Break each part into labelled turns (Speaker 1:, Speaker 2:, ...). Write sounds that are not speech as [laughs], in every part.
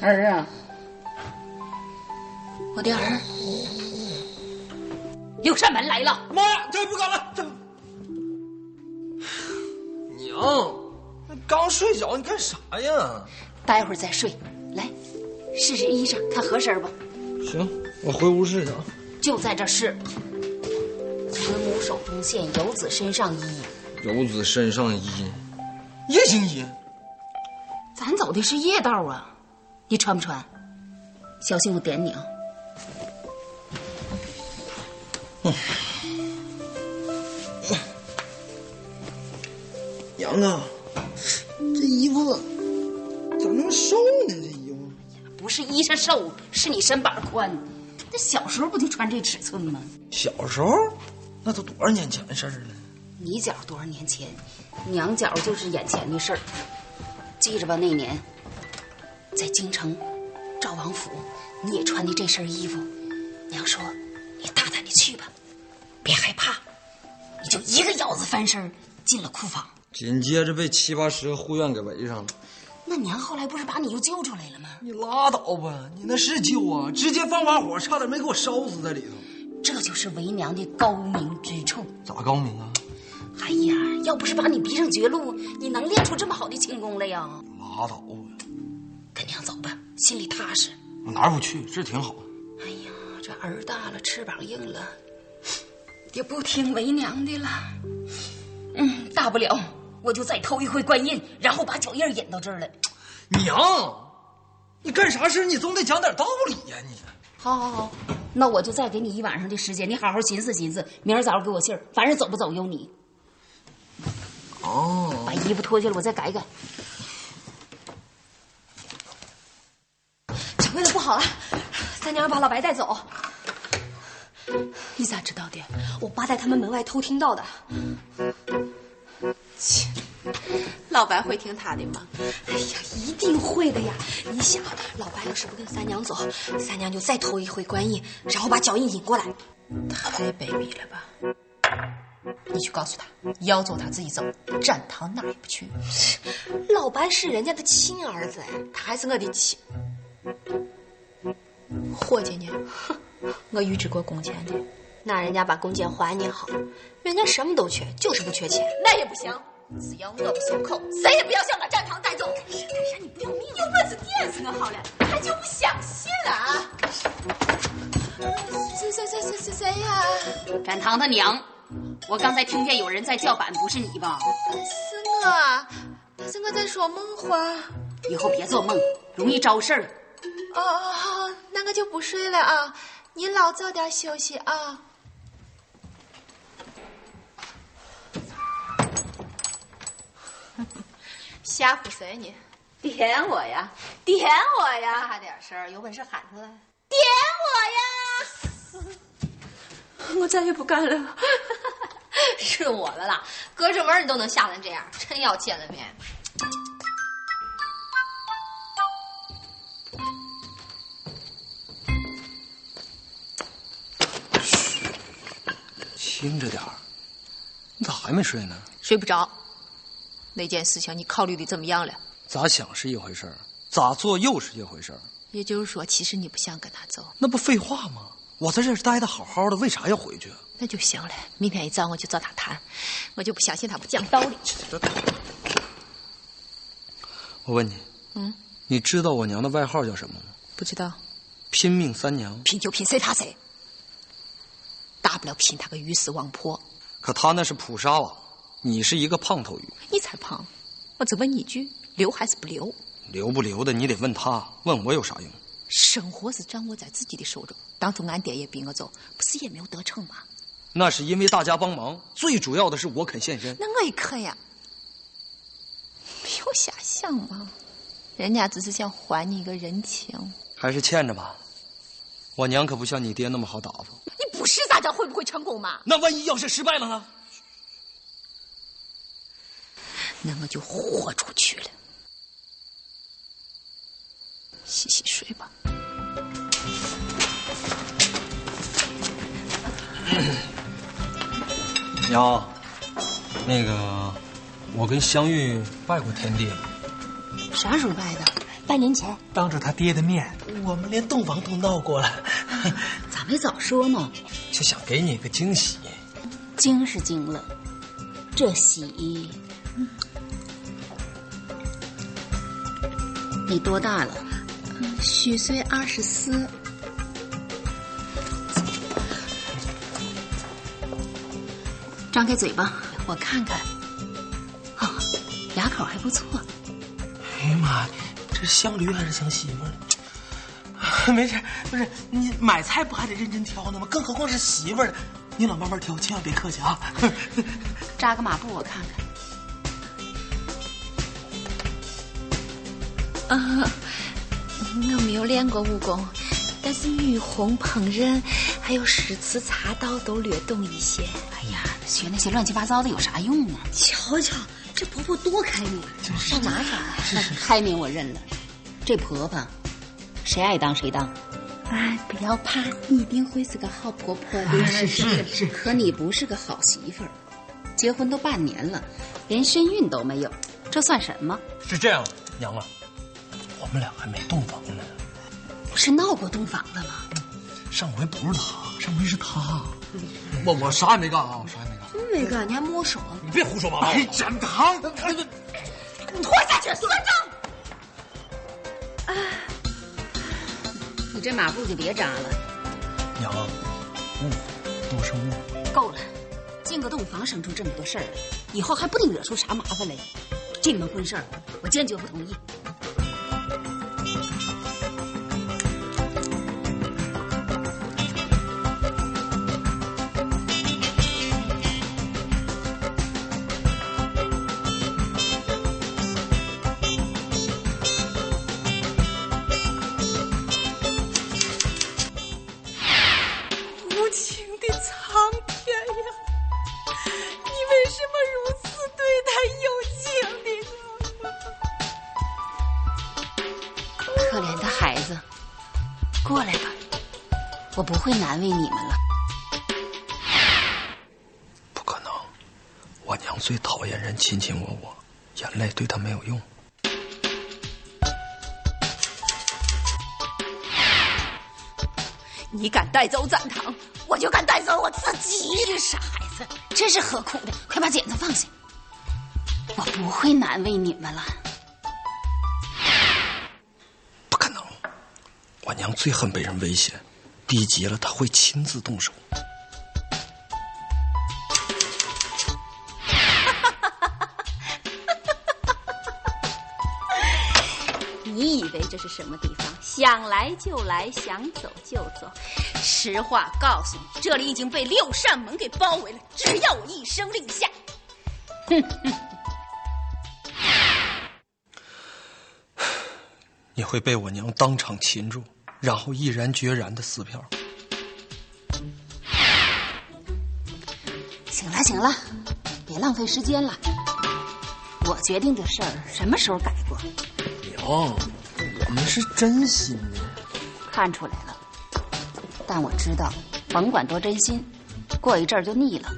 Speaker 1: 儿啊，
Speaker 2: 我的儿又上门来了。
Speaker 3: 妈呀，这不敢了， [sighs] 这娘，刚睡着，你干啥呀？
Speaker 2: 待会儿再睡。来，试试衣裳，看合身吧。
Speaker 3: 行，我回屋试试啊。
Speaker 2: 就在这试。子母手中线，游子身上衣。
Speaker 3: 游子身上衣，夜行衣。
Speaker 2: 咱走的是夜道啊，你穿不穿？小心我点你啊！
Speaker 3: 娘啊，这衣服咋那么瘦呢？这衣服
Speaker 2: 不是衣裳瘦，是你身板宽。那小时候不就穿这尺寸吗？
Speaker 3: 小时候，那都多少年前的事儿了？
Speaker 2: 你觉多少年前，娘觉就是眼前的事儿。记着吧，那年在京城赵王府，你也穿的这身衣服。娘说：“你大胆的去吧，别害怕。”你就一个腰子翻身进了库房。
Speaker 3: 紧接着被七八十个护院给围上了。
Speaker 2: 那娘后来不是把你又救出来了吗？
Speaker 3: 你拉倒吧，你那是救啊！直接放把火，差点没给我烧死在里头。
Speaker 2: 这就是为娘的高明之处。
Speaker 3: 咋高明啊？
Speaker 2: 哎呀，要不是把你逼上绝路，你能练出这么好的轻功来呀？
Speaker 3: 拉倒吧，
Speaker 2: 跟娘走吧，心里踏实。
Speaker 3: 我哪儿不去？这挺好。
Speaker 2: 哎呀，这儿大了，翅膀硬了，也不听为娘的了。嗯，大不了我就再偷一回官印，然后把脚印引到这儿来。
Speaker 3: 娘，你干啥事儿你总得讲点道理呀、你。
Speaker 2: 好好好，那我就再给你一晚上的时间，你好好寻思寻思，明儿早上给我信儿，反正走不走由你。
Speaker 3: 哦，
Speaker 2: 把衣服脱下来，我再改改。
Speaker 4: 掌柜的不好了，三娘把老白带走。
Speaker 2: 你咋知道的？
Speaker 4: 我爸在他们门外偷听到的。切，
Speaker 5: 老白会听他的吗？
Speaker 4: 哎呀，一定会的呀！你想，
Speaker 5: 啊
Speaker 4: 老白要是不跟三娘走，三娘就再偷一回官印，然后把脚印引过来。
Speaker 5: 太卑鄙了吧！你去告诉他，要走他自己走，站堂哪也不去。
Speaker 4: 老白是人家的亲儿子哎，
Speaker 5: 他还是我的亲。伙计呢？哼 [laughs] 我预支过工钱的，
Speaker 4: 那人家把工钱还你好，人家什么都缺，就是不缺钱。
Speaker 5: 那也不行。只要我不松口，谁也不要向我站堂带走。干啥干啥？你不要命？啊有本事电死我好了，他就不相信了啊！谁谁谁谁谁谁呀？
Speaker 2: 展堂他娘！我刚才听见有人在叫板，不是你吧？
Speaker 5: 是我，但是我啊在说梦话。
Speaker 2: 以后别做梦，容易招事儿。
Speaker 5: 哦哦好，那我就不睡了啊！您老早点休息啊。吓唬谁呢？
Speaker 6: 点我呀，点我呀，
Speaker 5: 大点声，有本事喊出来。
Speaker 6: 点我呀！
Speaker 4: 我再也不干了。
Speaker 6: 是我的啦，隔着门你都能吓成这样，真要见了面。
Speaker 3: 轻着点儿，你咋还没睡呢？
Speaker 6: 睡不着，那件事情你考虑的怎么样了？
Speaker 3: 咋想是一回事儿，咋做又是一回事儿，
Speaker 6: 也就是说，其实你不想跟他走，
Speaker 3: 那不废话吗？我在这儿待的好好的，为啥要回去？啊
Speaker 6: 那就行了。明天一早我就找他谈，我就不相信他不讲道理。
Speaker 3: 我问你，
Speaker 6: 嗯，
Speaker 3: 你知道我娘的外号叫什么吗？
Speaker 6: 不知道，
Speaker 3: 拼命三娘。
Speaker 6: 拼就拼，谁怕谁？大不了拼他个鱼死网破。
Speaker 3: 可她那是捕杀网，你是一个胖头鱼，
Speaker 6: 你才胖，我只问你一句：留还是不留？
Speaker 3: 留不留的你得问她，问我有啥用？
Speaker 6: 生活是掌握在自己的手中。当初俺爹也逼我走，不是也没有得逞吗？
Speaker 3: 那是因为大家帮忙，最主要的是我肯现身。
Speaker 6: 那我也可呀，没有遐想嘛，人家只是想还你一个人情。
Speaker 3: 还是欠着吧。我娘可不像你爹那么好打发。
Speaker 6: 你不是咋叫会不会成功嘛？
Speaker 3: 那万一要是失败了呢？
Speaker 6: 那我就豁出去了。洗洗睡吧。
Speaker 3: 娘，那个，我跟香玉拜过天地，
Speaker 6: 啥时候拜的？
Speaker 7: 半年前，
Speaker 5: 当着他爹的面，我们连洞房都闹过了，
Speaker 2: 咋没早说呢？
Speaker 5: 就想给你个惊喜。
Speaker 2: 惊是惊了，这喜，你多大了？
Speaker 6: 许虽二十四，
Speaker 2: 张开嘴巴，
Speaker 6: 我看看，
Speaker 2: 啊、牙口还不错。
Speaker 5: 哎呀妈，这是香驴还是香媳妇儿呢？ [laughs] 没事，不是你买菜不还得认真挑呢吗？更何况是媳妇儿呢，你老慢慢挑，千万别客气啊！
Speaker 2: 扎个马步，我看看。
Speaker 6: 我没有练过武功，但是女红烹饪还有诗词茶道都略懂一些。
Speaker 2: 哎呀，学那些乱七八糟的有啥用 [laughs] 啊？
Speaker 7: 瞧瞧这婆婆多开
Speaker 2: [laughs]
Speaker 7: 明，上哪找啊？
Speaker 2: 开明我认了，这婆婆，谁爱当谁当。啊
Speaker 6: 哎，不要怕，你一定会是个好婆婆的。
Speaker 5: 是是是，
Speaker 2: [laughs] 可你不啊是个好媳妇儿，结婚都半年了，连身孕都没有，这算什么？
Speaker 5: 是这样，娘啊， [laughs] 我们俩还没洞房呢。
Speaker 2: 不是闹过洞房了吗？
Speaker 5: 上回不是他，上回是他。嗯我我啥也没干啊，我啥也没干。
Speaker 2: 嗯
Speaker 7: 没干，你还摸手？
Speaker 5: 你别胡说八道！哎，展 [laughs] 堂，
Speaker 8: 拖下去，算账！
Speaker 2: 啊你这马步就别扎了，
Speaker 5: 娘，误会，都是误会。
Speaker 2: 够了，进个洞房生出这么多事儿来，以后还不定惹出啥麻烦来。这门婚事儿，我坚决不同意。
Speaker 9: 无情的苍天呀，你为什么如此对待有情的呢？
Speaker 2: 可怜的孩子，过来吧，我不会难为你们了。
Speaker 3: 不可能，我娘最讨厌人亲亲我我，眼泪对她没有用。
Speaker 8: 你敢带走展堂，我就敢带走我自己。你这傻孩子，
Speaker 2: 真是何苦的，快把剪子放下，我不会难为你们了。
Speaker 3: 不可能，我娘最恨被人威胁，逼急了她会亲自动手。
Speaker 10: 你以为这是什么地方？想来就来，想走就走。实话告诉你，这里已经被六扇门给包围了。只要我一声令下，
Speaker 3: 你会被我娘当场擒住，然后毅然决然的撕票。
Speaker 2: 行了行了，别浪费时间了。我决定的事儿什么时候改过？
Speaker 5: 娘，
Speaker 3: 哦
Speaker 5: 我们是真心的。
Speaker 2: 看出来了，但我知道，甭管多真心，过一阵儿就腻了。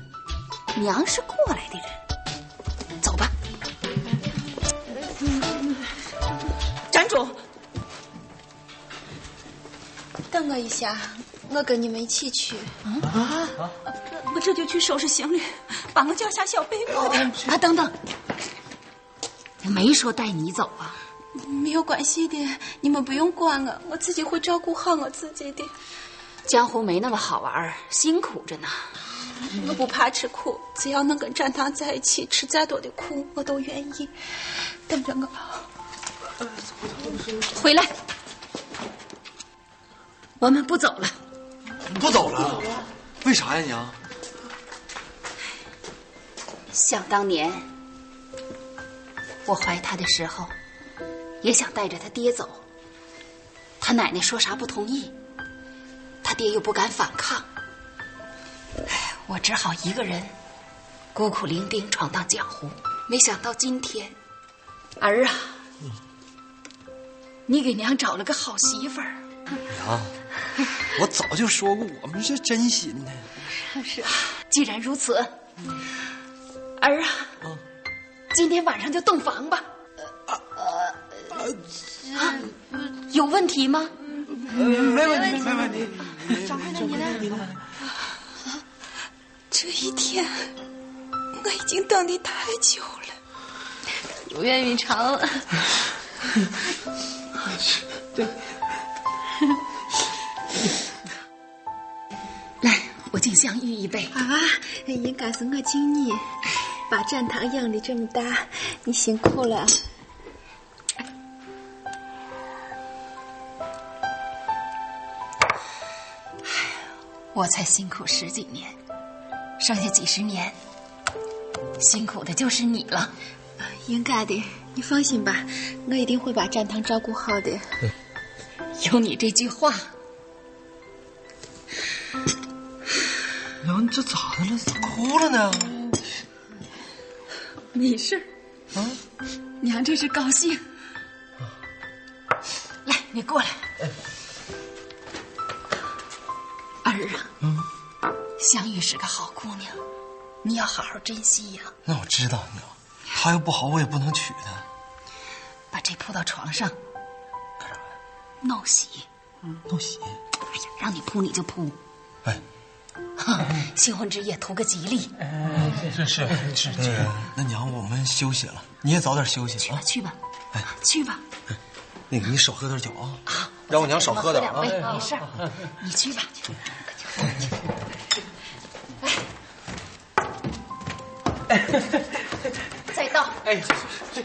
Speaker 2: 娘是过来的人，走吧。
Speaker 8: 展主，
Speaker 7: 等我一下，我跟你们一起去。
Speaker 8: 我这就去收拾行李，把我脚下小背包。
Speaker 2: 啊，等等，我没说带你走啊。
Speaker 9: 没有关系的，你们不用管我，我自己会照顾好我自己的。
Speaker 2: 江湖没那么好玩儿，辛苦着呢。
Speaker 9: 我不怕吃苦，只要能跟展堂在一起，吃再多的苦我都愿意。等着我吧。
Speaker 2: 回来，我们不走了。
Speaker 5: 不走了？为啥呀，娘？
Speaker 2: 想当年，我怀他的时候，也想带着他爹走。他奶奶说啥不同意，他爹又不敢反抗，唉我只好一个人孤苦伶仃闯荡江湖。没想到今天，儿啊，你给娘找了个好媳妇儿。
Speaker 5: 娘，我早就说过，我们是真心的。
Speaker 2: 既然如此，
Speaker 11: 嗯啊
Speaker 2: 儿啊，今天晚上就洞房吧。有问题吗？
Speaker 5: 没问题，没问题。
Speaker 11: 掌柜的，你呢？
Speaker 5: 你呢？
Speaker 9: 这一天，我已经等的太久了。
Speaker 6: 如愿以 [laughs] 偿。
Speaker 2: [laughs] 来，我敬香玉一杯。
Speaker 6: 娃娃，啊应该是我敬你，把展堂养的这么大，你辛苦了。
Speaker 2: 哎我才辛苦十几年，剩下几十年，辛苦的就是你了。
Speaker 6: 应该的，你放心吧，我一定会把展堂照顾好的。
Speaker 2: 有你这句话，
Speaker 5: 娘，你这咋的了？咋哭了呢？
Speaker 2: 没事儿。娘这是高兴。来，你过来。儿啊，香玉是个好姑娘，你要好好珍惜呀、
Speaker 3: 那我知道娘，她要不好我也不能娶她。
Speaker 2: 把这铺到床上，弄洗。
Speaker 5: 都洗。
Speaker 2: 哎呀，让你铺你就铺。
Speaker 3: 哎，
Speaker 2: 新婚之夜图个吉利，
Speaker 5: 是是是
Speaker 3: 对，呃那娘我们休息了，你也早点休息啊。
Speaker 2: 去吧，去吧，
Speaker 3: 那个你少喝点酒啊，让我娘少喝点
Speaker 2: 两
Speaker 3: 啊。
Speaker 2: 杯，哎没事儿，你去吧。
Speaker 12: 再倒，
Speaker 5: 哎呀，这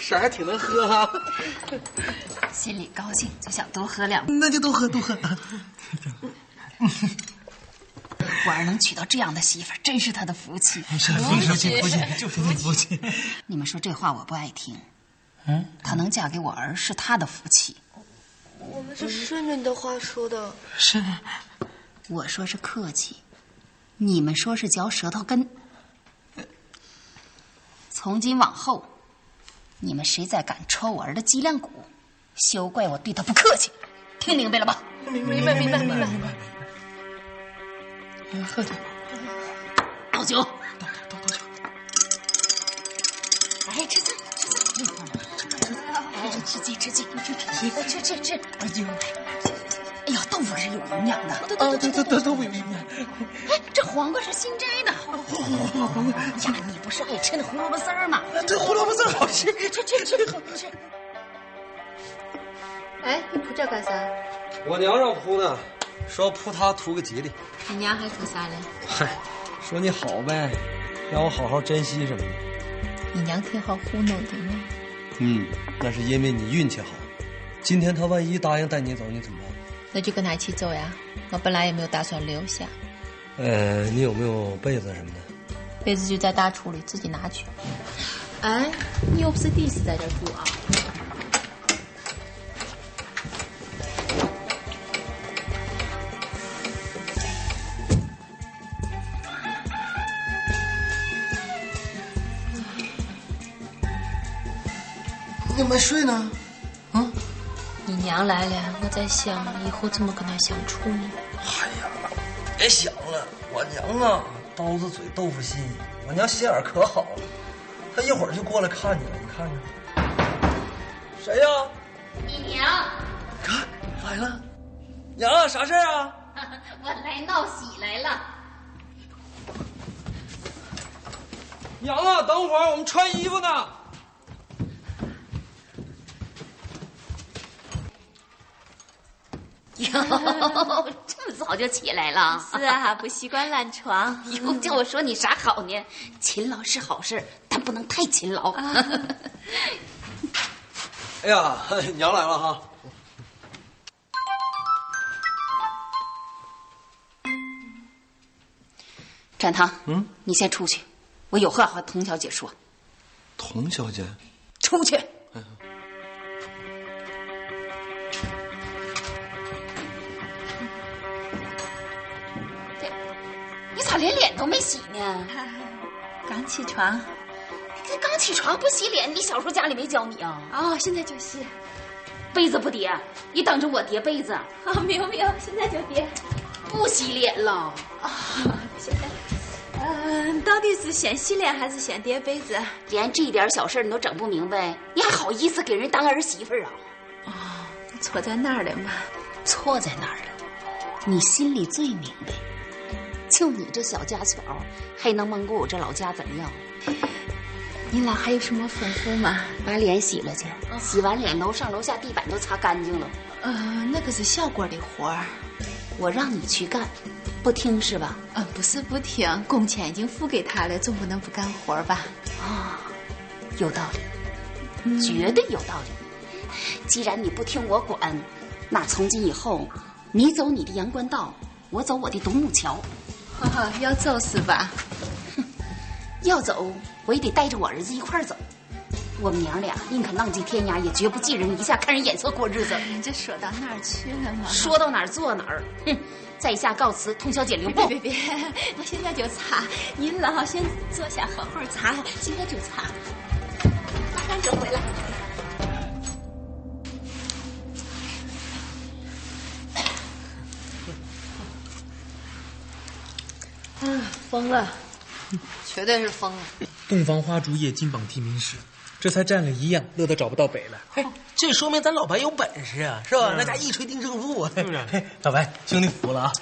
Speaker 5: 色儿还挺能喝啊哈、
Speaker 2: 心里高兴就想多喝两杯。
Speaker 5: [laughs] 那就多喝多喝。啊
Speaker 2: 果儿能娶到这样的媳妇儿，真是他的福气。
Speaker 5: 是，不气不气，就是不气。
Speaker 2: 你们说这话我不爱听。嗯，她能嫁给我儿是她的福气，
Speaker 11: 我们是顺着你的话说的。
Speaker 5: [laughs] 是，
Speaker 2: 我说是客气，你们说是嚼舌头根。从今往后，你们谁再敢戳我儿的脊梁骨，休怪我对他不客气。听明白了吧？
Speaker 5: 明白明白明白明白。喝酒，
Speaker 2: 倒酒。
Speaker 5: 倒点倒倒酒。
Speaker 2: 哎，吃菜，吃菜，吃鸡，吃鸡，吃吃吃吃吃。哎呦，哎呀，豆腐是有营养的。
Speaker 5: 啊，对对对，都不明白。
Speaker 2: 哎，这黄瓜是新摘的。呀，你不是爱吃那胡萝卜丝儿吗？
Speaker 5: 这胡萝卜丝好吃。
Speaker 2: 吃吃吃吃吃。
Speaker 6: 哎，你铺这干啥？
Speaker 3: 我娘让铺呢，说铺她图个吉利。
Speaker 6: 你娘还说啥嘞？
Speaker 3: 嗨，说你好呗，让我好好珍惜什么的。
Speaker 6: 你娘挺好糊弄的呢。
Speaker 3: 嗯，那是因为你运气好。今天她万一答应带你走，你怎么办？
Speaker 6: 那就跟他一起走呀。我本来也没有打算留下，
Speaker 3: 呃，你有没有被子什么的？
Speaker 6: 被子就在大厨里，自己拿去。哎，你又不是第一次在这儿住啊？
Speaker 13: 你们睡呢？
Speaker 6: 你娘来了，我在想以后怎么跟她相处呢？
Speaker 3: 哎呀，别想了，我娘啊，刀子嘴豆腐心，我娘心眼儿可好了，她一会儿就过来看你了，你看着。谁呀、
Speaker 12: 你娘，
Speaker 3: 看来了，娘啊，啥事儿啊？
Speaker 12: 我来闹喜来了。
Speaker 3: 娘啊，等会儿我们穿衣服呢。
Speaker 14: 哟，这么早就起来了？是啊，不习惯懒床。
Speaker 2: 哟，叫我说你啥好呢？勤劳是好事，但不能太勤劳。
Speaker 3: 哎呀，娘来了哈。
Speaker 2: 展堂，嗯，你先出去，我有话和童小姐说。
Speaker 3: 童小姐，
Speaker 2: 出去。这你咋连脸都没洗呢？
Speaker 6: [laughs] 刚起床
Speaker 2: 这刚起床不洗脸，你小时候家里没教你啊？
Speaker 6: 哦，现在就洗
Speaker 2: 被子不叠，你等着我叠被子，
Speaker 6: 啊，没有没有，现在就叠。
Speaker 2: 不洗脸了。
Speaker 6: 现在，嗯、到底是先洗脸还是先叠被子？
Speaker 2: 连这点小事儿你都整不明白，你还好意思给人当儿媳妇儿啊？
Speaker 6: 啊，错在哪儿了吗？
Speaker 2: 错在哪儿了？你心里最明白。就你这小家雀儿，还能蒙古我这老家怎样？
Speaker 6: 您老还有什么吩咐吗？哦
Speaker 2: 把脸洗了去，洗完脸楼上楼下地板都擦干净了。
Speaker 6: 呃，那可是小官的活儿。
Speaker 2: 我让你去干，不听是吧？
Speaker 6: 呃，不是不听，工钱已经付给他了，总不能不干活吧？
Speaker 2: 啊、哦，有道理，嗯、绝对有道理。既然你不听我管，那从今以后，你走你的阳关道，我走我的独木桥。
Speaker 6: 哈哈，要走是吧？
Speaker 2: 要走，我也得带着我儿子一块儿走。我们娘俩宁可浪迹天涯，也绝不寄人篱下，看人眼色过日子。
Speaker 6: 这说到哪儿去了嘛？
Speaker 2: 说到哪儿做哪儿。哼，在下告辞，通宵解流
Speaker 6: 别别别，我现在就擦。您老先坐下喝会儿茶，现在就擦。
Speaker 15: 马上就回来。
Speaker 16: 啊，疯了。绝对是疯了！
Speaker 3: 洞房花烛夜，金榜题名时，这才占了一样，乐得找不到北了。
Speaker 5: 嘿，这说明咱老白有本事啊，是吧？嗯、那家一锤定胜负啊！
Speaker 3: 嘿，老白，兄弟服了 [laughs] 啊！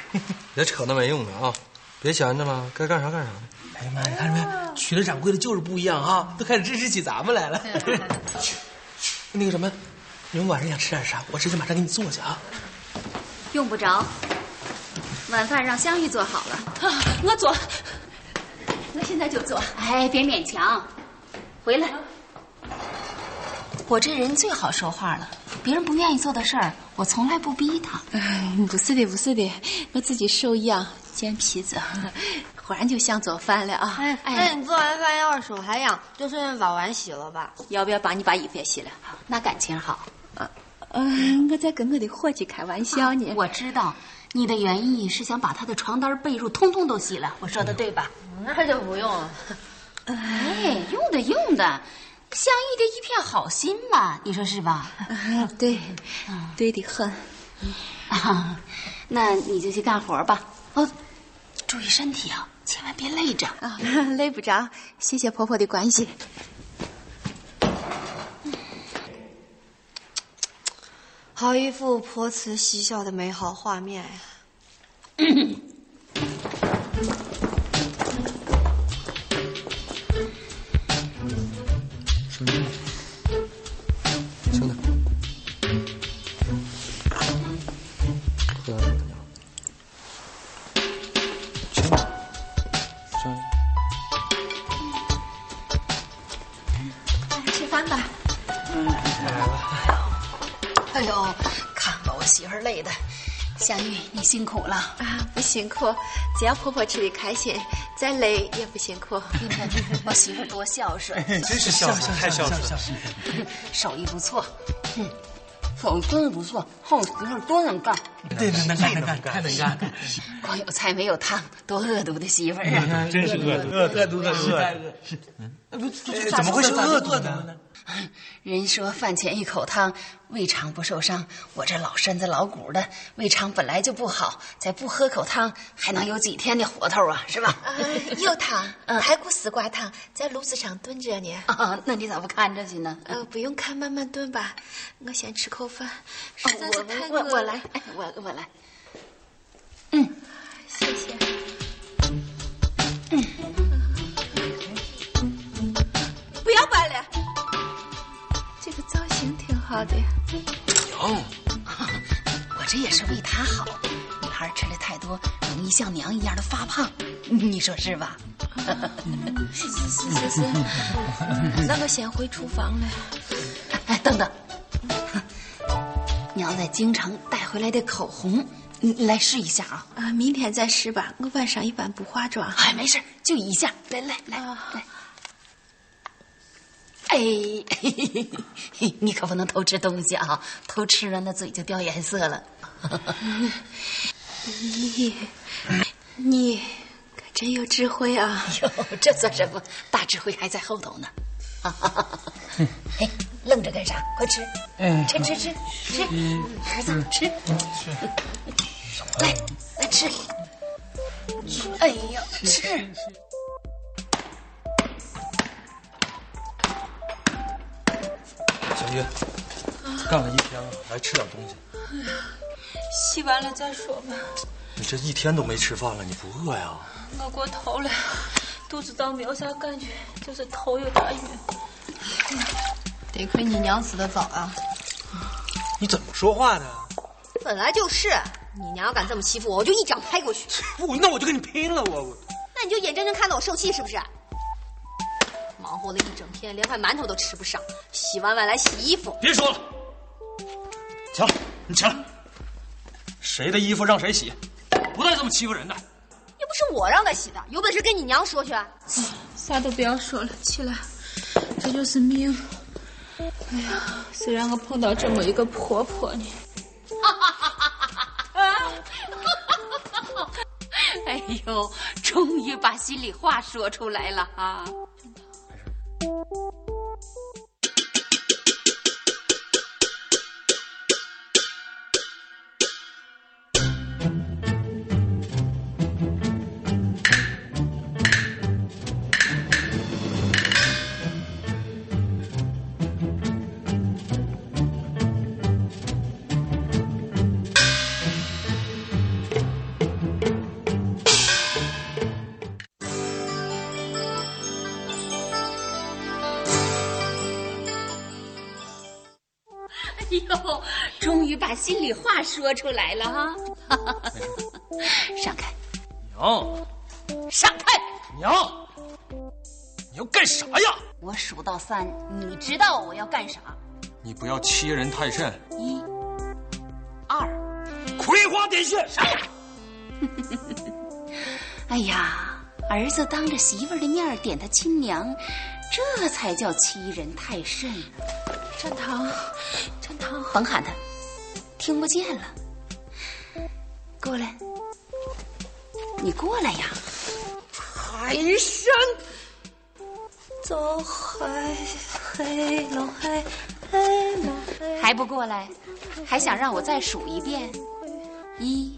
Speaker 17: 别扯那没用的啊！别闲着嘛，该干啥干啥。
Speaker 5: 哎呀妈，你看着没？娶了掌柜的就是不一样啊，都开始支持起咱们来了。 [laughs] 那个什么，你们晚上想吃点啥？我这就马上给你做去啊。
Speaker 18: 用不着， [laughs] 晚饭让香玉做好了。
Speaker 16: 啊，我做。我现在就做，
Speaker 2: 哎，别勉强。回来，我这人最好说话了，别人不愿意做的事儿，我从来不逼他。
Speaker 6: 哎，不是的，不是的，我自己手艺啊，贱皮子，啊忽然就想做饭了啊。
Speaker 19: 哎，那、哎、你做完饭要是手还痒，就顺便把碗洗了吧。
Speaker 18: 要不要帮你把衣服也洗了？
Speaker 2: 那感情好。啊，
Speaker 6: 嗯、呃，我在跟我的伙计开玩笑呢、啊。
Speaker 2: 我知道。你的原意是想把他的床单被褥通通都洗了，我说的对吧？
Speaker 16: 那就不用了。
Speaker 2: [laughs] 哎，用的用的，香玉的一片好心嘛，你说是吧？ [laughs]
Speaker 6: 啊、对，对的很、
Speaker 2: 啊。那你就去干活吧。哦，注意身体啊，千万别累着啊！
Speaker 6: [laughs] 累不着，谢谢婆婆的关心。
Speaker 19: 好一副婆慈嬉笑的美好画面
Speaker 2: 呀！
Speaker 17: 什么？真的？喝什么呀？真的？
Speaker 6: 真？吃饭吧。
Speaker 2: 哎呦，看把我媳妇累的，香玉你辛苦了啊！
Speaker 6: 不辛苦，只要婆婆吃的开心，再累也不辛苦。
Speaker 2: 我媳妇多孝顺， [laughs]
Speaker 3: 真是孝顺，太孝顺，
Speaker 2: 手艺不错，嗯，手艺真是不错，后媳妇多能干，
Speaker 5: 对，能干能干，太能干，
Speaker 2: 光有菜没有汤，多恶毒的媳妇儿
Speaker 3: 啊！真是恶毒，恶
Speaker 5: 毒的是是，哎怎么会是恶毒呢？
Speaker 2: 人说饭前一口汤，胃肠不受伤。我这老身子老骨的，胃肠本来就不好，再不喝口汤，还能有几天的活头啊？是吧？ [laughs]
Speaker 9: 嗯
Speaker 6: 呃、有汤，排骨丝瓜汤，在炉子上炖着呢。
Speaker 2: 啊，那你咋不看着去呢？
Speaker 6: 呃，不用看，慢慢炖吧。我先吃口
Speaker 9: 哦
Speaker 6: 饭，
Speaker 2: 实在是太饿了。我我来，哎我我来。嗯，
Speaker 6: 谢谢。
Speaker 2: 嗯，
Speaker 16: 不要摆了。
Speaker 6: 这个造型挺好的呀。
Speaker 17: 娘，
Speaker 2: 我这也是为她好。女孩吃的太多，容易像娘一样的发胖，你说是吧？
Speaker 6: 是是是是 [laughs] 是。那我先回厨房了。
Speaker 2: 哎，等等，娘在京城带回来的口红，你来试一下啊。
Speaker 6: 啊，明天再试吧。我晚上一般不化妆。
Speaker 2: 哎，没事，就一下。来来来来。来哎， [laughs] 嘿嘿你可不能偷吃东西啊！偷吃了那嘴就掉颜色了。
Speaker 6: 你你可真有智慧啊！
Speaker 2: 哟，这算什么？大智慧还在后头呢。嘿，愣着干啥？快吃！吃吃吃吃！儿子吃吃，来来吃！哎呀，吃！
Speaker 17: 干了一天了，来吃点东西。
Speaker 9: [laughs] 洗完了再说吧。
Speaker 5: 你这一天都没吃饭了，你不饿呀？
Speaker 9: 饿过头了，肚子倒没有啥感觉，就是头有点晕。
Speaker 6: 得亏你娘死的早啊！
Speaker 3: 你怎么说话的？
Speaker 20: 本来就是，你娘要敢这么欺负我，我就一掌拍过去。
Speaker 5: 哦
Speaker 3: 不，那我就跟你拼了！我我
Speaker 20: 那你就眼睁睁看着我受气是不是？忙活了一整天，连块馒头都吃不上，洗完碗来洗衣服。
Speaker 3: 别说了，起来，你起来。谁的衣服让谁洗？不带这么欺负人的。
Speaker 20: 又不是我让他洗的，有本事跟你娘说去。啊
Speaker 9: 啥都不要说了，起来，这就是命。哎呀，谁让我碰到这么一个婆婆呢？
Speaker 2: 哎呦，终于把心里话说出来了啊！哎呦，终于把心里话说出来了哈、上开，
Speaker 3: 娘，
Speaker 2: 上开！
Speaker 3: 娘，你要干啥呀？
Speaker 2: 我数到三，你知道我要干啥？
Speaker 3: 你不要欺人太甚！
Speaker 2: 一、二。
Speaker 3: 葵花点穴，上！
Speaker 2: 哎呀，儿子当着媳妇儿的面儿点他亲娘，这才叫欺人太甚。
Speaker 21: 展堂，展堂，
Speaker 2: 甭喊他，听不见了。过来，你过来呀！
Speaker 22: 海山，走海黑龙黑黑龙黑，
Speaker 2: 还不过来，还想让我再数一遍？一、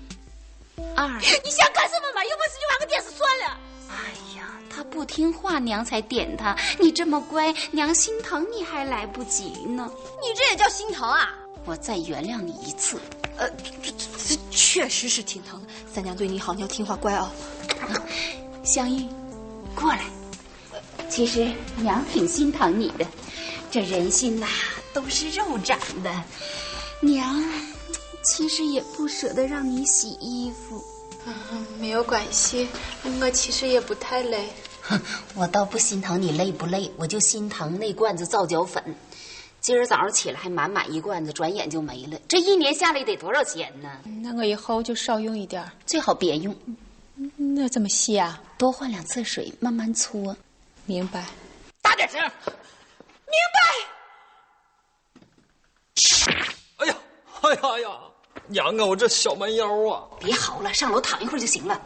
Speaker 2: 二。
Speaker 9: 你想干什么嘛？有本事就把我电视算了。
Speaker 2: 哎呀，他不听话，娘才点他。你这么乖，娘心疼你还来不及呢。
Speaker 20: 你这也叫心疼啊？
Speaker 2: 我再原谅你一次。
Speaker 20: 呃，这这这确实是挺疼的。三娘对你好，你要听话乖哦。
Speaker 2: 香玉，过来。其实娘挺心疼你的，这人心呐、都是肉长的。娘其实也不舍得让你洗衣服。
Speaker 6: 没有关系，我其实也不太累。
Speaker 23: 我倒不心疼你累不累，我就心疼那罐子皂角粉。
Speaker 2: 今儿早上起来还满满一罐子，转眼就没了。这一年下来得多少钱呢？
Speaker 6: 那我以后就少用一点儿。
Speaker 2: 最好别用，
Speaker 6: 那怎么洗啊？
Speaker 2: 多换两次水，慢慢搓。
Speaker 6: 明白。
Speaker 3: 大点声！
Speaker 22: 明白。
Speaker 3: 哎呀，哎呀哎呀，娘啊，我这小蛮腰啊！
Speaker 2: 别嚎了，上楼躺一会儿就行了。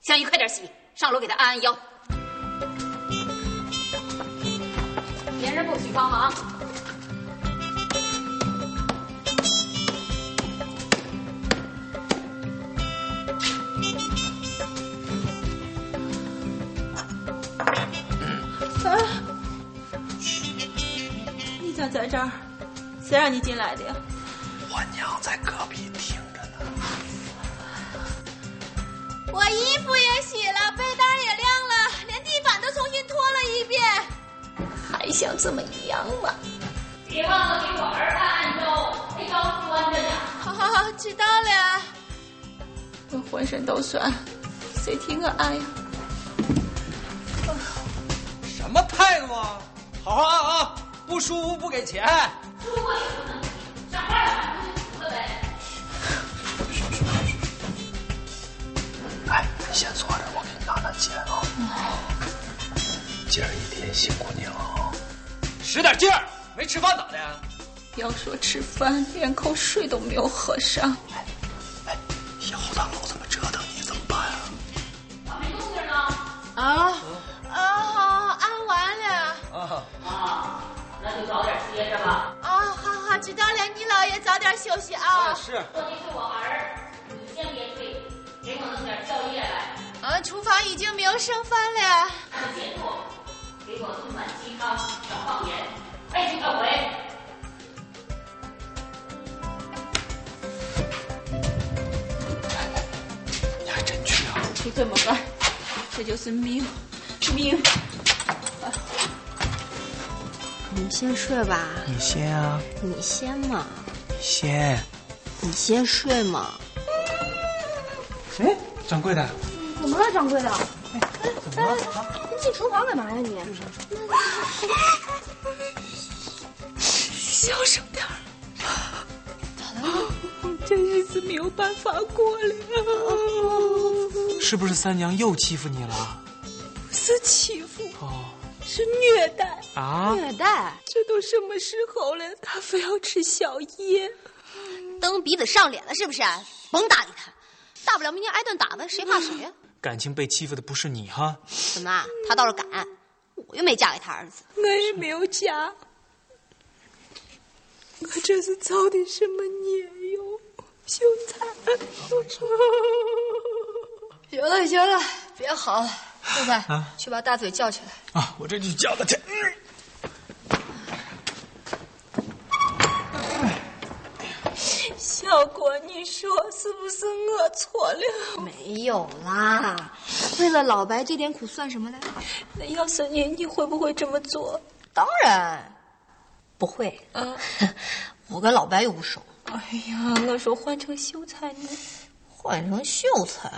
Speaker 2: 香玉，快点洗，上楼给他按按腰。别人不许帮忙。
Speaker 9: 啊！你咋在这儿？谁让你进来的呀？
Speaker 5: 我娘在隔壁听着呢。
Speaker 16: 我衣服也洗了，被单也晾了，连地板都重新拖了一遍，还想怎么样嘛？
Speaker 22: 别忘了给我儿子按腰，那腰酸着呢。
Speaker 16: 好好好，知道了。
Speaker 9: 我浑身都酸，谁听我按呀？
Speaker 3: 什么态度啊？好好按啊！不舒服不给钱。
Speaker 22: 出过也不能上班了就了呗。
Speaker 5: 哎，你先坐着，我给你拿拿钱啊。今儿一天辛苦你了啊！
Speaker 3: 使点劲儿，没吃饭咋的？
Speaker 9: 不要说吃饭，连口水都没有喝上。
Speaker 5: 以后他老这么折腾你怎么办啊？
Speaker 16: 啊
Speaker 6: 哦
Speaker 16: 啊，好，按完了。
Speaker 5: 啊，
Speaker 22: 那就早点歇着吧。
Speaker 6: 哦
Speaker 16: 啊，好好知道了，你姥爷早点休息啊。是。
Speaker 22: 问题是我儿，你先别睡，给我弄点宵夜来。
Speaker 16: 啊，厨房已经没有剩饭了。
Speaker 22: 解冻，给我炖碗鸡汤，少放盐。哎，你小回。
Speaker 9: 就这么办，这就是命，命。
Speaker 24: 你先睡吧，
Speaker 5: 你先啊，
Speaker 24: 你先嘛，
Speaker 5: 先。
Speaker 24: 你先睡嘛。
Speaker 5: 哎，掌柜的，
Speaker 16: 怎么了，掌柜的？哎，你进厨房干嘛呀你？
Speaker 9: 小声点儿，我这日子没有办法过了，
Speaker 5: 是不是三娘又欺负你了？哦
Speaker 9: 不是欺负，是虐待
Speaker 5: 啊
Speaker 16: 虐待？
Speaker 9: 这都什么时候了，他非要吃宵夜？
Speaker 25: 蹬鼻子上脸了是不是？甭搭理他，大不了明天挨顿打呗，谁怕谁啊
Speaker 2: [laughs]
Speaker 25: 呀、
Speaker 5: 感情被欺负的不是你哈？
Speaker 25: 怎
Speaker 2: 啊
Speaker 25: 么，他倒是敢，我又没嫁给他儿子。
Speaker 9: 我也没有家，我这是造的什么孽哟，秀才！
Speaker 6: 行了行了，别好了，秀才，去把大嘴叫起来。
Speaker 5: 啊，我这嗯就叫他去。
Speaker 9: 小果，你说是不是我错了？
Speaker 24: 哦
Speaker 6: 没有啦，为了老白这点苦算什么呢？
Speaker 9: 那要是你，你会不会这么做？
Speaker 6: 当然不会。嗯， [laughs] 我跟老白又
Speaker 24: [laughs]
Speaker 6: 不熟，
Speaker 9: 哎呀，我说换成秀才呢，
Speaker 6: 换成秀才，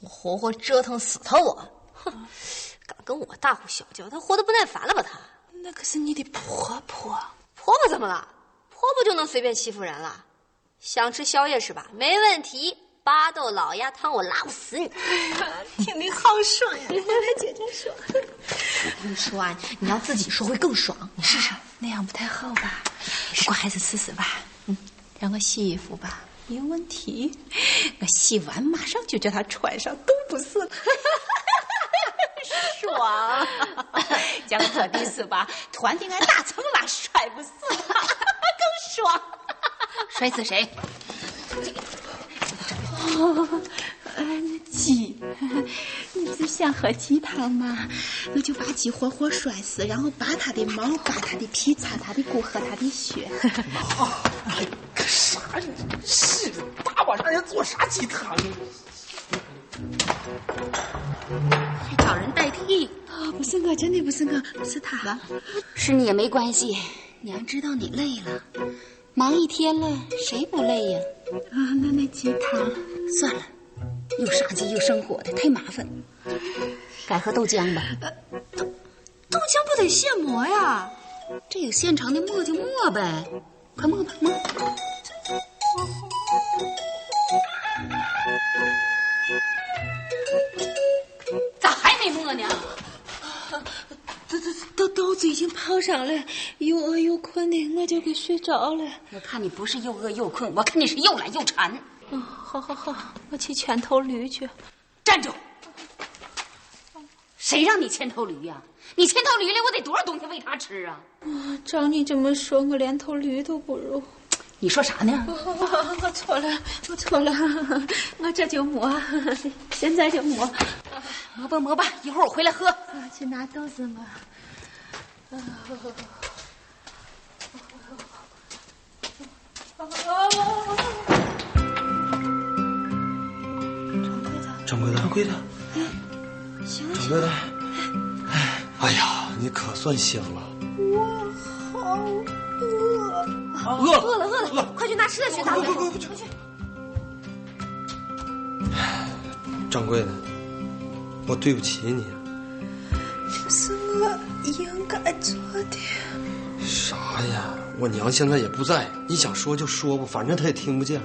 Speaker 6: 我活活折腾死他我！哼，敢跟我大呼小叫，他活得不耐烦了吧他？
Speaker 9: 那可是你的婆婆。
Speaker 6: 婆婆怎么了？婆婆就能随便欺负人了？想吃宵夜是吧？没问题，巴豆老鸭汤我拉不死你。
Speaker 2: 哎
Speaker 9: 听得好爽
Speaker 2: 啊
Speaker 6: [laughs]
Speaker 9: 呀！来姐姐
Speaker 2: [laughs]
Speaker 9: 说，
Speaker 6: 我跟你说啊，你要自己说会更爽，你试试。
Speaker 24: 那样不太好吧？不过还是试试吧。嗯，让我洗衣服吧。没有问题，我洗完马上就叫他穿上，都不是 [laughs] 了。
Speaker 26: 爽，讲可的是吧？团定俺大成马甩不死他，更爽。
Speaker 2: 摔死谁？
Speaker 24: 哦，呃，鸡，你是想喝鸡汤吗？我就把鸡活活摔死，然后拔它的毛，扒它的皮，擦它的骨，喝它的
Speaker 6: [laughs]
Speaker 24: 血。
Speaker 5: 干啥？你是大晚上人做啥鸡汤？
Speaker 2: 还找人代替？
Speaker 24: 哦，不是我，真的不是我，不是他，
Speaker 2: 是你也没关系。娘知道你累了，忙一天了，谁不累呀？
Speaker 24: 啊，那那鸡汤，
Speaker 2: 算了，又杀鸡又生火的，太麻烦。改喝豆浆吧，呃
Speaker 6: 豆浆不得现磨呀？
Speaker 2: 这有现成的磨就磨呗，快磨吧磨。
Speaker 25: 咋还没磨呢？
Speaker 9: 豆豆豆子已经泡上了，又饿又困的，我就给睡着了。
Speaker 2: 我看你不是又饿又困，我看你是又懒又馋。
Speaker 9: 嗯，好好好，我去拳头驴去。
Speaker 2: 站住！谁让你牵头驴呀、你牵头驴来，我得多少东西喂它吃啊？
Speaker 9: 啊，照你这么说，我连头驴都不如。
Speaker 2: 你说啥呢？
Speaker 9: 我错了，我错了，我这就磨，现在就磨。
Speaker 2: 磨吧磨吧，一会儿我回来喝。
Speaker 24: 我去拿豆子磨。
Speaker 5: 掌柜的，掌柜的，
Speaker 6: 行
Speaker 3: 掌柜的，哎呀，你可算香了！
Speaker 6: 我好饿，
Speaker 3: 饿了
Speaker 6: 饿了，饿了，快去拿吃的去，大嘴，快去。
Speaker 3: 掌柜的，我对不起你。
Speaker 9: 这是我应该做的。
Speaker 3: 啥呀？我娘现在也不在，你想说就说吧，反正她也听不见。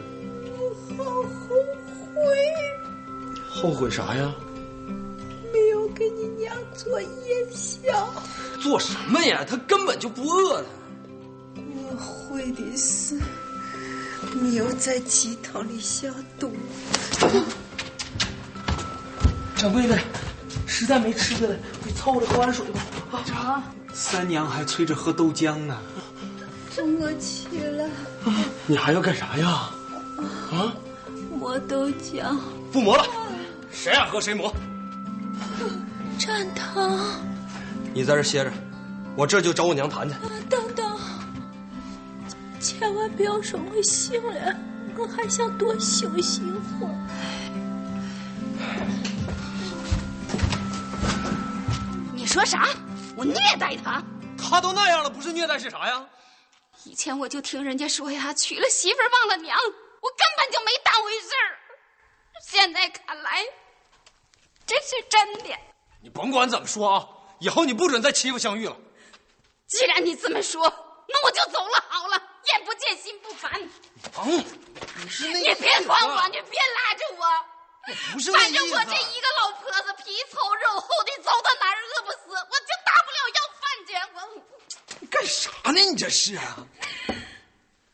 Speaker 9: 我好后悔，
Speaker 3: 后悔啥呀？
Speaker 9: 没有给你娘做夜宵。
Speaker 3: 做什么呀？她根本就不饿的。
Speaker 9: 我悔的是没有在鸡汤里下毒。
Speaker 5: 掌柜的，实在没吃的了，你凑合着喝碗水吧。啊，三娘还催着喝豆浆呢。
Speaker 9: 中我去了，
Speaker 3: 你还要干啥呀？啊，
Speaker 9: 磨豆浆、
Speaker 3: 不磨了，谁爱喝谁磨。
Speaker 9: 蘸糖。
Speaker 3: 你在这儿歇着，我这就找我娘谈去。
Speaker 9: 等等，千万不要说我醒了，我还想多休息一会儿。
Speaker 2: 说啥？我虐待他？
Speaker 3: 他都那样了，不是虐待是啥呀？
Speaker 2: 以前我就听人家说呀，娶了媳妇儿忘了娘，我根本就没当回事儿。现在看来，这是真的。
Speaker 3: 你甭管怎么说啊，以后你不准再欺负香玉了。
Speaker 2: 既然你这么说，那我就走了好了，眼不见心不烦。
Speaker 3: 嗯，
Speaker 2: 你是那、啊、你别管我，你别拉着我。
Speaker 3: 不是、啊，
Speaker 2: 反正我这一个老婆子皮糙肉厚的，走到哪儿饿不死，我就大不了要饭去。我
Speaker 3: 你干啥呢？你这是啊？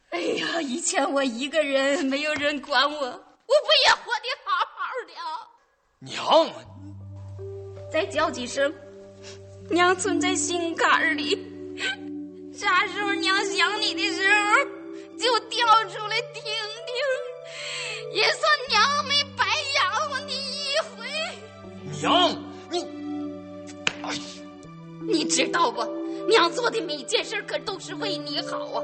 Speaker 2: 哎呀，以前我一个人，没有人管我，我不也活得好好
Speaker 3: 的？娘、啊，
Speaker 2: 再叫几声，娘存在心坎里。啥时候娘想你的时候，就调出来听听，也算娘没白养活你一回。
Speaker 3: 娘，你，哎，
Speaker 2: 你知道不？娘做的每件事可都是为你好啊！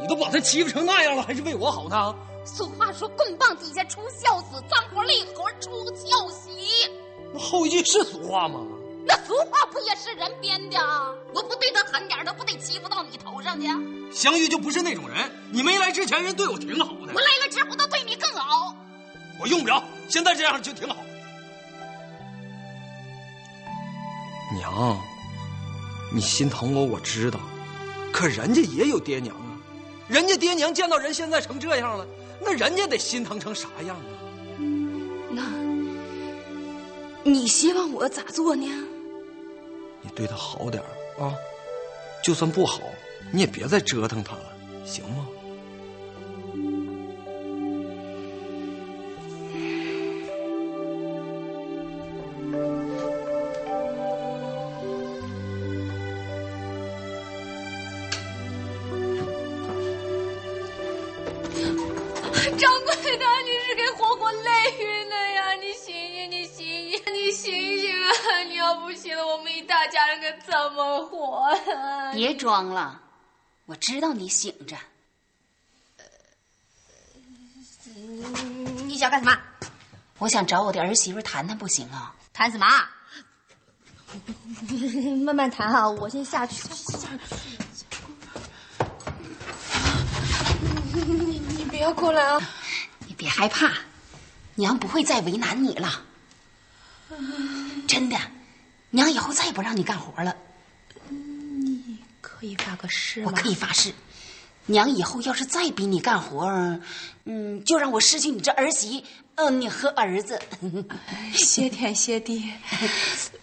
Speaker 3: 你都把她欺负成那样了，还是为我好呢？
Speaker 2: 俗话说，棍棒底下出孝子，脏活累活出孝媳。
Speaker 3: 那后一句是俗话吗？
Speaker 2: 那俗话不也是人编的？啊？我不对他狠点，他不得欺负到你头上去？
Speaker 3: 香玉就不是那种人。你没来之前，人对我挺好的。
Speaker 2: 我来了之后，他对你更好。
Speaker 3: 我用不着，现在这样就挺好。娘。你心疼我，我知道，可人家也有爹娘啊，人家爹娘见到人现在成这样了，那人家得心疼成啥样啊？
Speaker 2: 那，你希望我咋做呢？
Speaker 3: 你对他好点啊，就算不好，你也别再折腾他了，行吗？
Speaker 2: 别装了，我知道你醒着。
Speaker 27: 你想干什么？
Speaker 2: 我想找我的儿媳妇谈谈，不行啊？
Speaker 27: 谈什么？
Speaker 9: 慢慢谈啊，我先下去。下
Speaker 6: 去。你你别过来啊！
Speaker 2: 你别害怕，娘不会再为难你了。真的，娘以后再也不让你干活了。
Speaker 9: 可以发个誓
Speaker 2: 我可以发誓，娘以后要是再逼你干活，嗯，就让我失去你这儿媳，嗯、呃，你和儿子。 [laughs]
Speaker 6: 谢天谢地，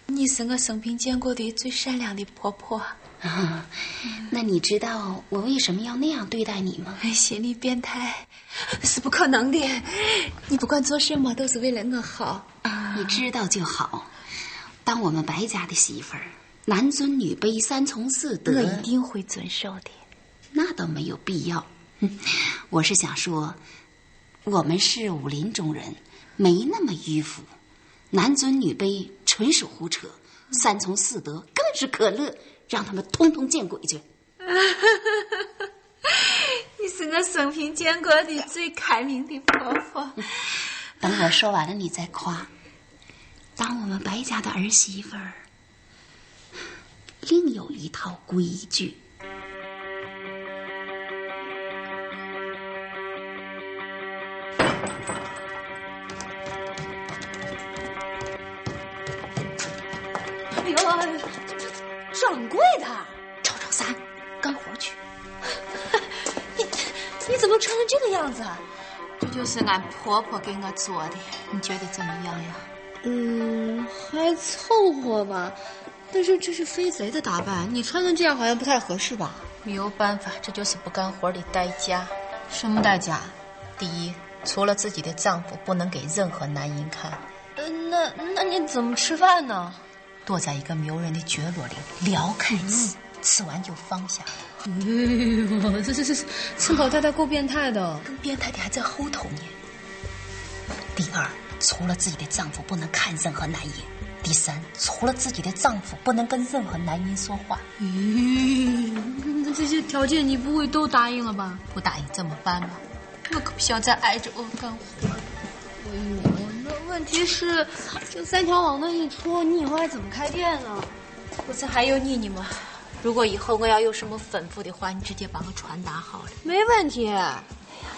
Speaker 6: 你是我生平见过的最善良的婆婆。
Speaker 2: 啊、那你知道我为什么要那样对待你吗？
Speaker 6: 心理变态是不可能的，你不管做什么都是为了我好。
Speaker 2: 啊、你知道就好，当我们白家的媳妇儿。男尊女卑，三从四德。
Speaker 9: 我一定会遵守的。
Speaker 2: 那倒没有必要。我是想说，我们是武林中人，没那么迂腐。男尊女卑纯属胡扯，三从四德更是可乐，让他们通通见鬼去！
Speaker 6: 你是我生平见过的最开明的婆婆。
Speaker 2: 等我说完了，你再夸。当我们白家的儿媳妇儿。另有一套规矩。
Speaker 9: 哎呦，掌柜的，
Speaker 2: 瞅瞅三，干活去。
Speaker 9: 你你怎么穿成这个样子啊？
Speaker 6: 这就是俺婆婆给我做的，你觉得怎么样呀？
Speaker 9: 嗯，还凑合吧。但是这是飞贼的打扮，你穿成这样好像不太合适吧？
Speaker 6: 没有办法，这就是不干活的代价。什么代价？第一，除了自己的丈夫，不能给任何男人看。
Speaker 9: 呃，那那你怎么吃饭呢？
Speaker 6: 躲在一个没有人的角落里撩开吃，嗯、吃完就放下。
Speaker 9: 哎呦，这这这这老太太够变态的，
Speaker 6: 更变态的还在后头呢。第二，除了自己的丈夫，不能看任何男人。第三，除了自己的丈夫，不能跟任何男人说话。
Speaker 9: 咦、嗯，那这些条件你不会都答应了吧？
Speaker 6: 不答应怎么办嘛？我可不想再挨着我干活。
Speaker 9: 哎呦，那问题是，这三条网那一出，你以后还怎么开店呢？我这还用腻你吗？如果以后我要有什么吩咐的话，你直接帮我传达好了。
Speaker 6: 没问题。哎呀，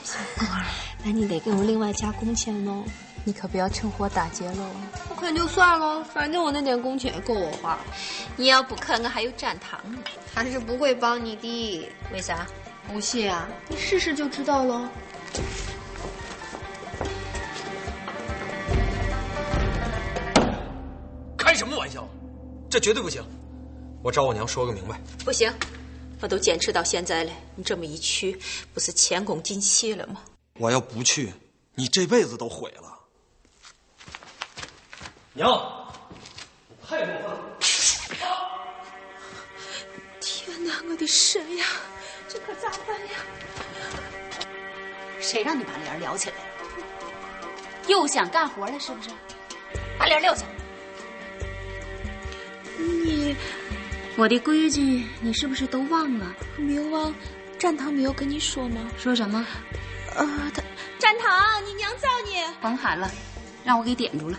Speaker 9: 小郭儿，
Speaker 6: 那你得给我另外加工钱哦。
Speaker 9: 你可不要趁火打劫喽！
Speaker 6: 不肯就算了，反正我那点工钱也够我花。
Speaker 9: 你要不肯，我还有蘸糖呢。
Speaker 6: 还是不会帮你的。
Speaker 9: 为啥？
Speaker 6: 不信啊，你试试就知道喽。
Speaker 3: 开什么玩笑？这绝对不行！我找我娘说个明白。
Speaker 9: 不行，我都坚持到现在了，你这么一去，不是前功尽弃了吗？
Speaker 3: 我要不去，你这辈子都毁了。娘，
Speaker 28: 太过分了！
Speaker 29: 天哪，我的神呀，这可咋办呀？
Speaker 2: 谁让你把帘儿撩起来了？又想干活了是不是？
Speaker 9: 把帘撂下！
Speaker 30: 你，
Speaker 2: 我的规矩你是不是都忘了？
Speaker 30: 没有忘，战堂没有跟你说吗？
Speaker 2: 说什么？
Speaker 30: 呃，他
Speaker 6: 战堂，你娘造你！
Speaker 2: 甭喊了，让我给点住了。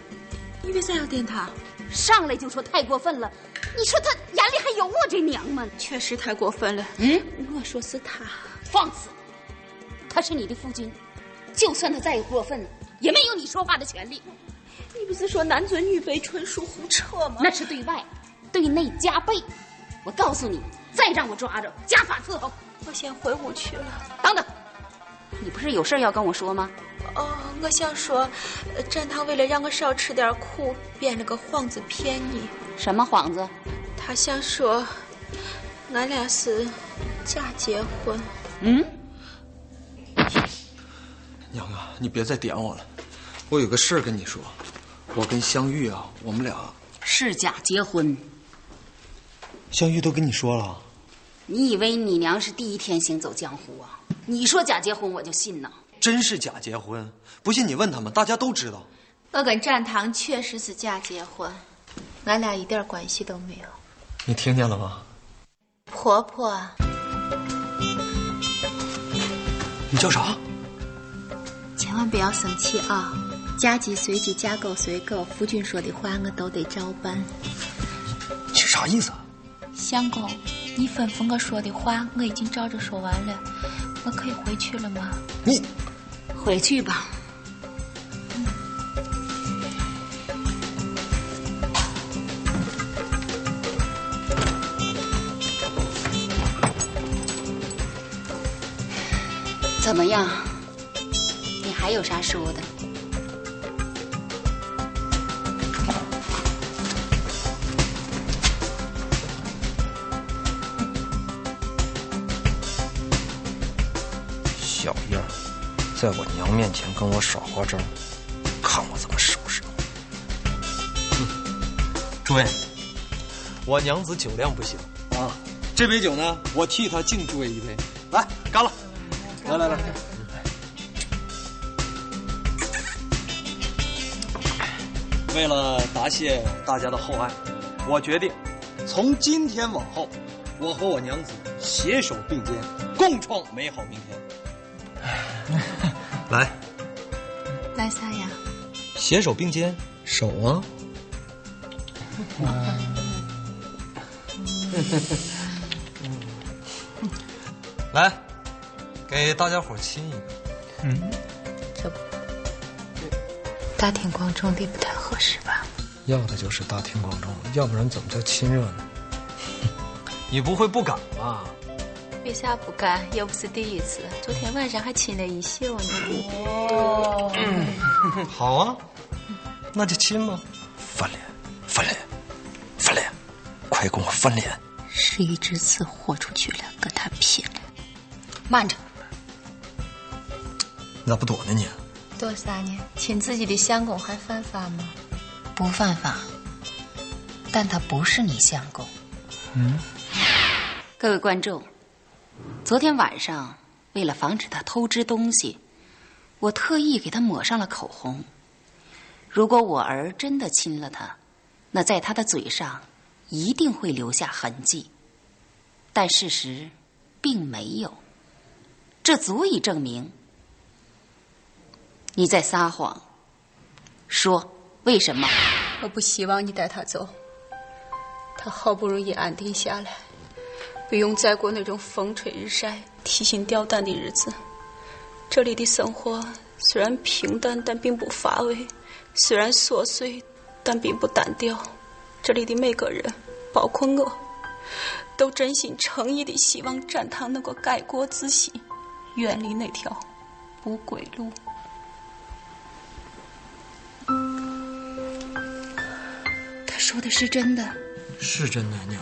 Speaker 30: 你为啥要点他？
Speaker 2: 上来就说太过分了，你说他眼里还有我这娘吗？
Speaker 6: 确实太过分了。
Speaker 2: 嗯，
Speaker 6: 我说是他。
Speaker 2: 放肆！他是你的夫君，就算他再过分了，也没有你说话的权利。
Speaker 6: 你不是说男尊女卑纯属胡扯吗？
Speaker 2: 那是对外，对内加倍。我告诉你，再让我抓着，家法伺候。
Speaker 6: 我先回屋去了。
Speaker 2: 等等，你不是有事要跟我说吗？
Speaker 6: 哦，我想说，战堂为了让我少吃点苦，编了个幌子骗你。
Speaker 2: 什么幌子？
Speaker 6: 他想说，俺俩是假结婚。
Speaker 2: 嗯。
Speaker 3: 娘啊，你别再点我了，我有个事儿跟你说。我跟香玉啊，我们俩
Speaker 2: 是假结婚。
Speaker 3: 香玉都跟你说了，
Speaker 2: 你以为你娘是第一天行走江湖啊？你说假结婚，我就信呐。
Speaker 3: 真是假结婚，不信你问他们，大家都知道。
Speaker 6: 我跟战堂确实是假结婚，俺俩一点关系都没有。
Speaker 3: 你听见了吗？
Speaker 6: 婆婆，啊
Speaker 3: 你叫啥？
Speaker 6: 千万不要生气啊！家鸡随鸡，家狗随狗，夫君说的话我都得照办。
Speaker 3: 你是啥意思、啊？
Speaker 6: 相公，你吩咐我说的话，我已经照着说完了，我可以回去了吗？
Speaker 3: 你
Speaker 2: 回去吧。怎么样？你还有啥说的？
Speaker 3: 小样儿，在我娘面前跟我耍花招，看我怎么收拾你！诸位，我娘子酒量不行啊，这杯酒呢，我替她敬诸位一杯，来干了！来来来，为了答谢大家的厚爱，我决定从今天往后，我和我娘子携手并肩，共创美好明天。 [laughs] 来，
Speaker 6: 来啥呀？
Speaker 3: 携手并肩，手啊！来，给大家伙亲一个。嗯，
Speaker 6: 这不大庭广众的不太合适吧？
Speaker 3: 要的就是大庭广众，要不然怎么叫亲热呢？你不会不敢吧？
Speaker 6: 为啥不敢？又不是第一次，昨天晚上还亲了一宿呢。
Speaker 3: 哦、嗯，好啊，那就亲吧。翻脸，翻脸，翻脸，快跟我翻脸！
Speaker 6: 事已至此，豁出去了，跟他拼了！
Speaker 2: 慢着，
Speaker 3: 你咋不躲呢你？
Speaker 6: 躲啥呢？亲自己的相公还犯法吗？
Speaker 31: 不犯法，但他不是你相公。
Speaker 3: 嗯，
Speaker 2: 各位观众。昨天晚上，为了防止他偷吃东西，我特意给他抹上了口红。如果我儿真的亲了他，那在他的嘴上一定会留下痕迹。但事实并没有，这足以证明你在撒谎。说为什么？
Speaker 6: 我不希望你带他走。
Speaker 9: 他好不容易安定下来，不用再过那种风吹日晒、提心吊胆的日子。这里的生活虽然平淡，但并不乏味；虽然琐碎，但并不单调。这里的每个人，包括我，都真心诚意的希望展堂能够改过自新，远离那条不归路。
Speaker 32: 他说的是真的，
Speaker 5: 是真的，娘。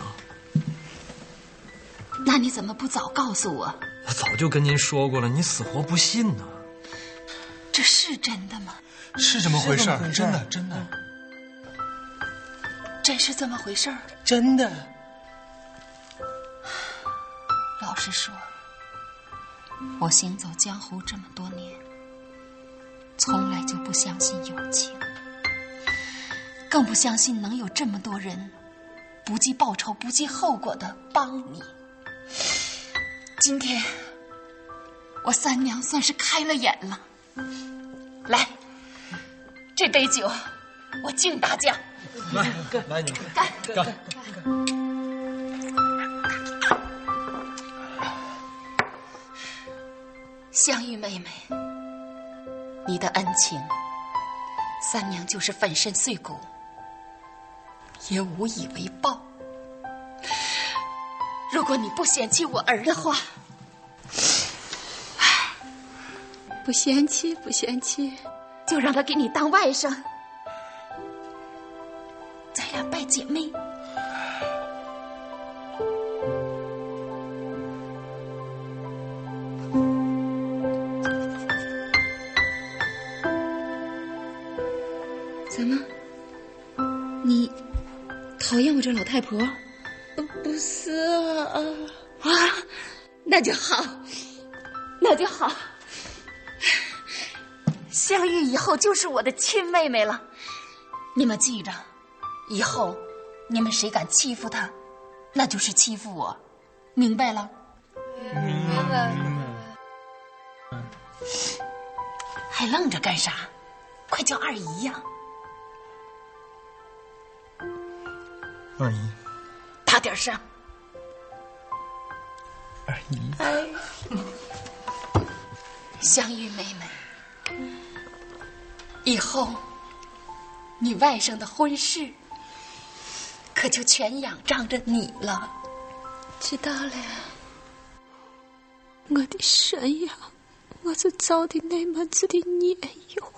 Speaker 6: 那你怎么不早告诉我？
Speaker 5: 我早就跟您说过了，你死活不信呢。
Speaker 6: 这是真的吗？
Speaker 5: 是这么回事儿，真的，
Speaker 18: 真的，
Speaker 6: 真是这么回事儿。
Speaker 33: 真的。
Speaker 6: 老实说，我行走江湖这么多年，从来就不相信友情，更不相信能有这么多人不计报酬、不计后果的帮你。今天，我三娘算是开了眼了。来，这杯酒我敬大家。
Speaker 18: 来来，你们
Speaker 6: 干
Speaker 18: 干！
Speaker 6: 香玉妹妹，你的恩情，三娘就是粉身碎骨，也无以为报。如果你不嫌弃我儿的话， [sighs]
Speaker 32: 不嫌弃，不嫌弃，
Speaker 6: 就让他给你当外甥，咱俩拜姐妹。
Speaker 32: 怎么？你讨厌我这老太婆？
Speaker 34: 呃不是啊，
Speaker 6: 啊，那就好，那就好。相遇以后就是我的亲妹妹了，你们记着，以后你们谁敢欺负她，那就是欺负我，明白了？
Speaker 18: 明白了。
Speaker 6: 还愣着干啥？快叫二姨呀！
Speaker 18: 二姨，
Speaker 6: 大点声！
Speaker 18: 二姨，
Speaker 6: 相遇妹妹，以后你外甥的婚事可就全仰仗着你了。
Speaker 9: 知道了，我的沈阳，我是造的那么子的孽哟。